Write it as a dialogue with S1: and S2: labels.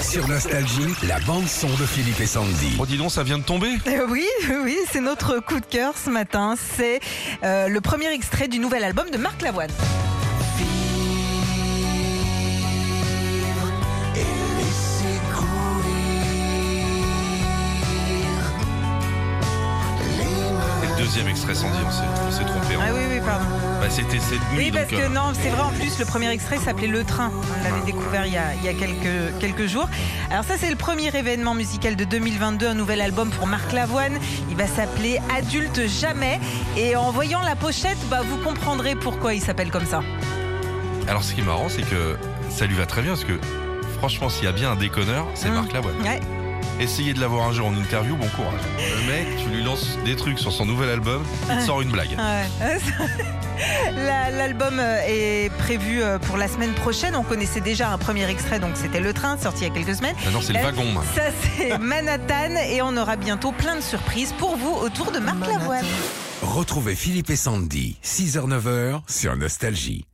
S1: Sur Nostalgie, la bande-son de Philippe et Sandy.
S2: Oh dis donc, ça vient de tomber
S3: Euh, Oui, oui, c'est notre coup de cœur ce matin. C'est euh, le premier extrait du nouvel album de Marc Lavoine.
S2: C'est le deuxième extrait sans dire, on s'est- on s'est trompé. hein.
S3: Ah oui, oui, pardon.
S2: Bah, C'était cette nuit.
S3: Oui, parce
S2: donc,
S3: que
S2: euh, Ah.
S3: non, c'est vrai, en plus, le premier extrait s'appelait Le Train. On l'avait découvert il y a, il y a quelques, quelques jours. Alors ça, c'est le premier événement musical de 2022, un nouvel album pour Marc Lavoine. Il va s'appeler Adulte Jamais. Et en voyant la pochette, bah, vous comprendrez pourquoi il s'appelle comme ça.
S2: Alors ce qui est marrant, c'est que ça lui va très bien parce que franchement, s'il y a bien un déconneur, c'est
S3: Mm.
S2: Marc Lavoine.
S3: Ouais.
S2: Essayez de l'avoir un jour en interview, bon courage. Le mec, tu lui lances des trucs sur son nouvel album, il te sort une blague.
S3: Ouais. La- L'album euh, est prévu euh, pour la semaine prochaine. On connaissait déjà un premier extrait, donc c'était Le Train, sorti il y a quelques semaines.
S2: Ah non, c'est le
S3: Euh,
S2: wagon. moi.
S3: Ça, c'est Manhattan, et on aura bientôt plein de surprises pour vous autour de Marc Lavoine.
S1: Retrouvez Philippe et Sandy, 6h-9h sur Nostalgie.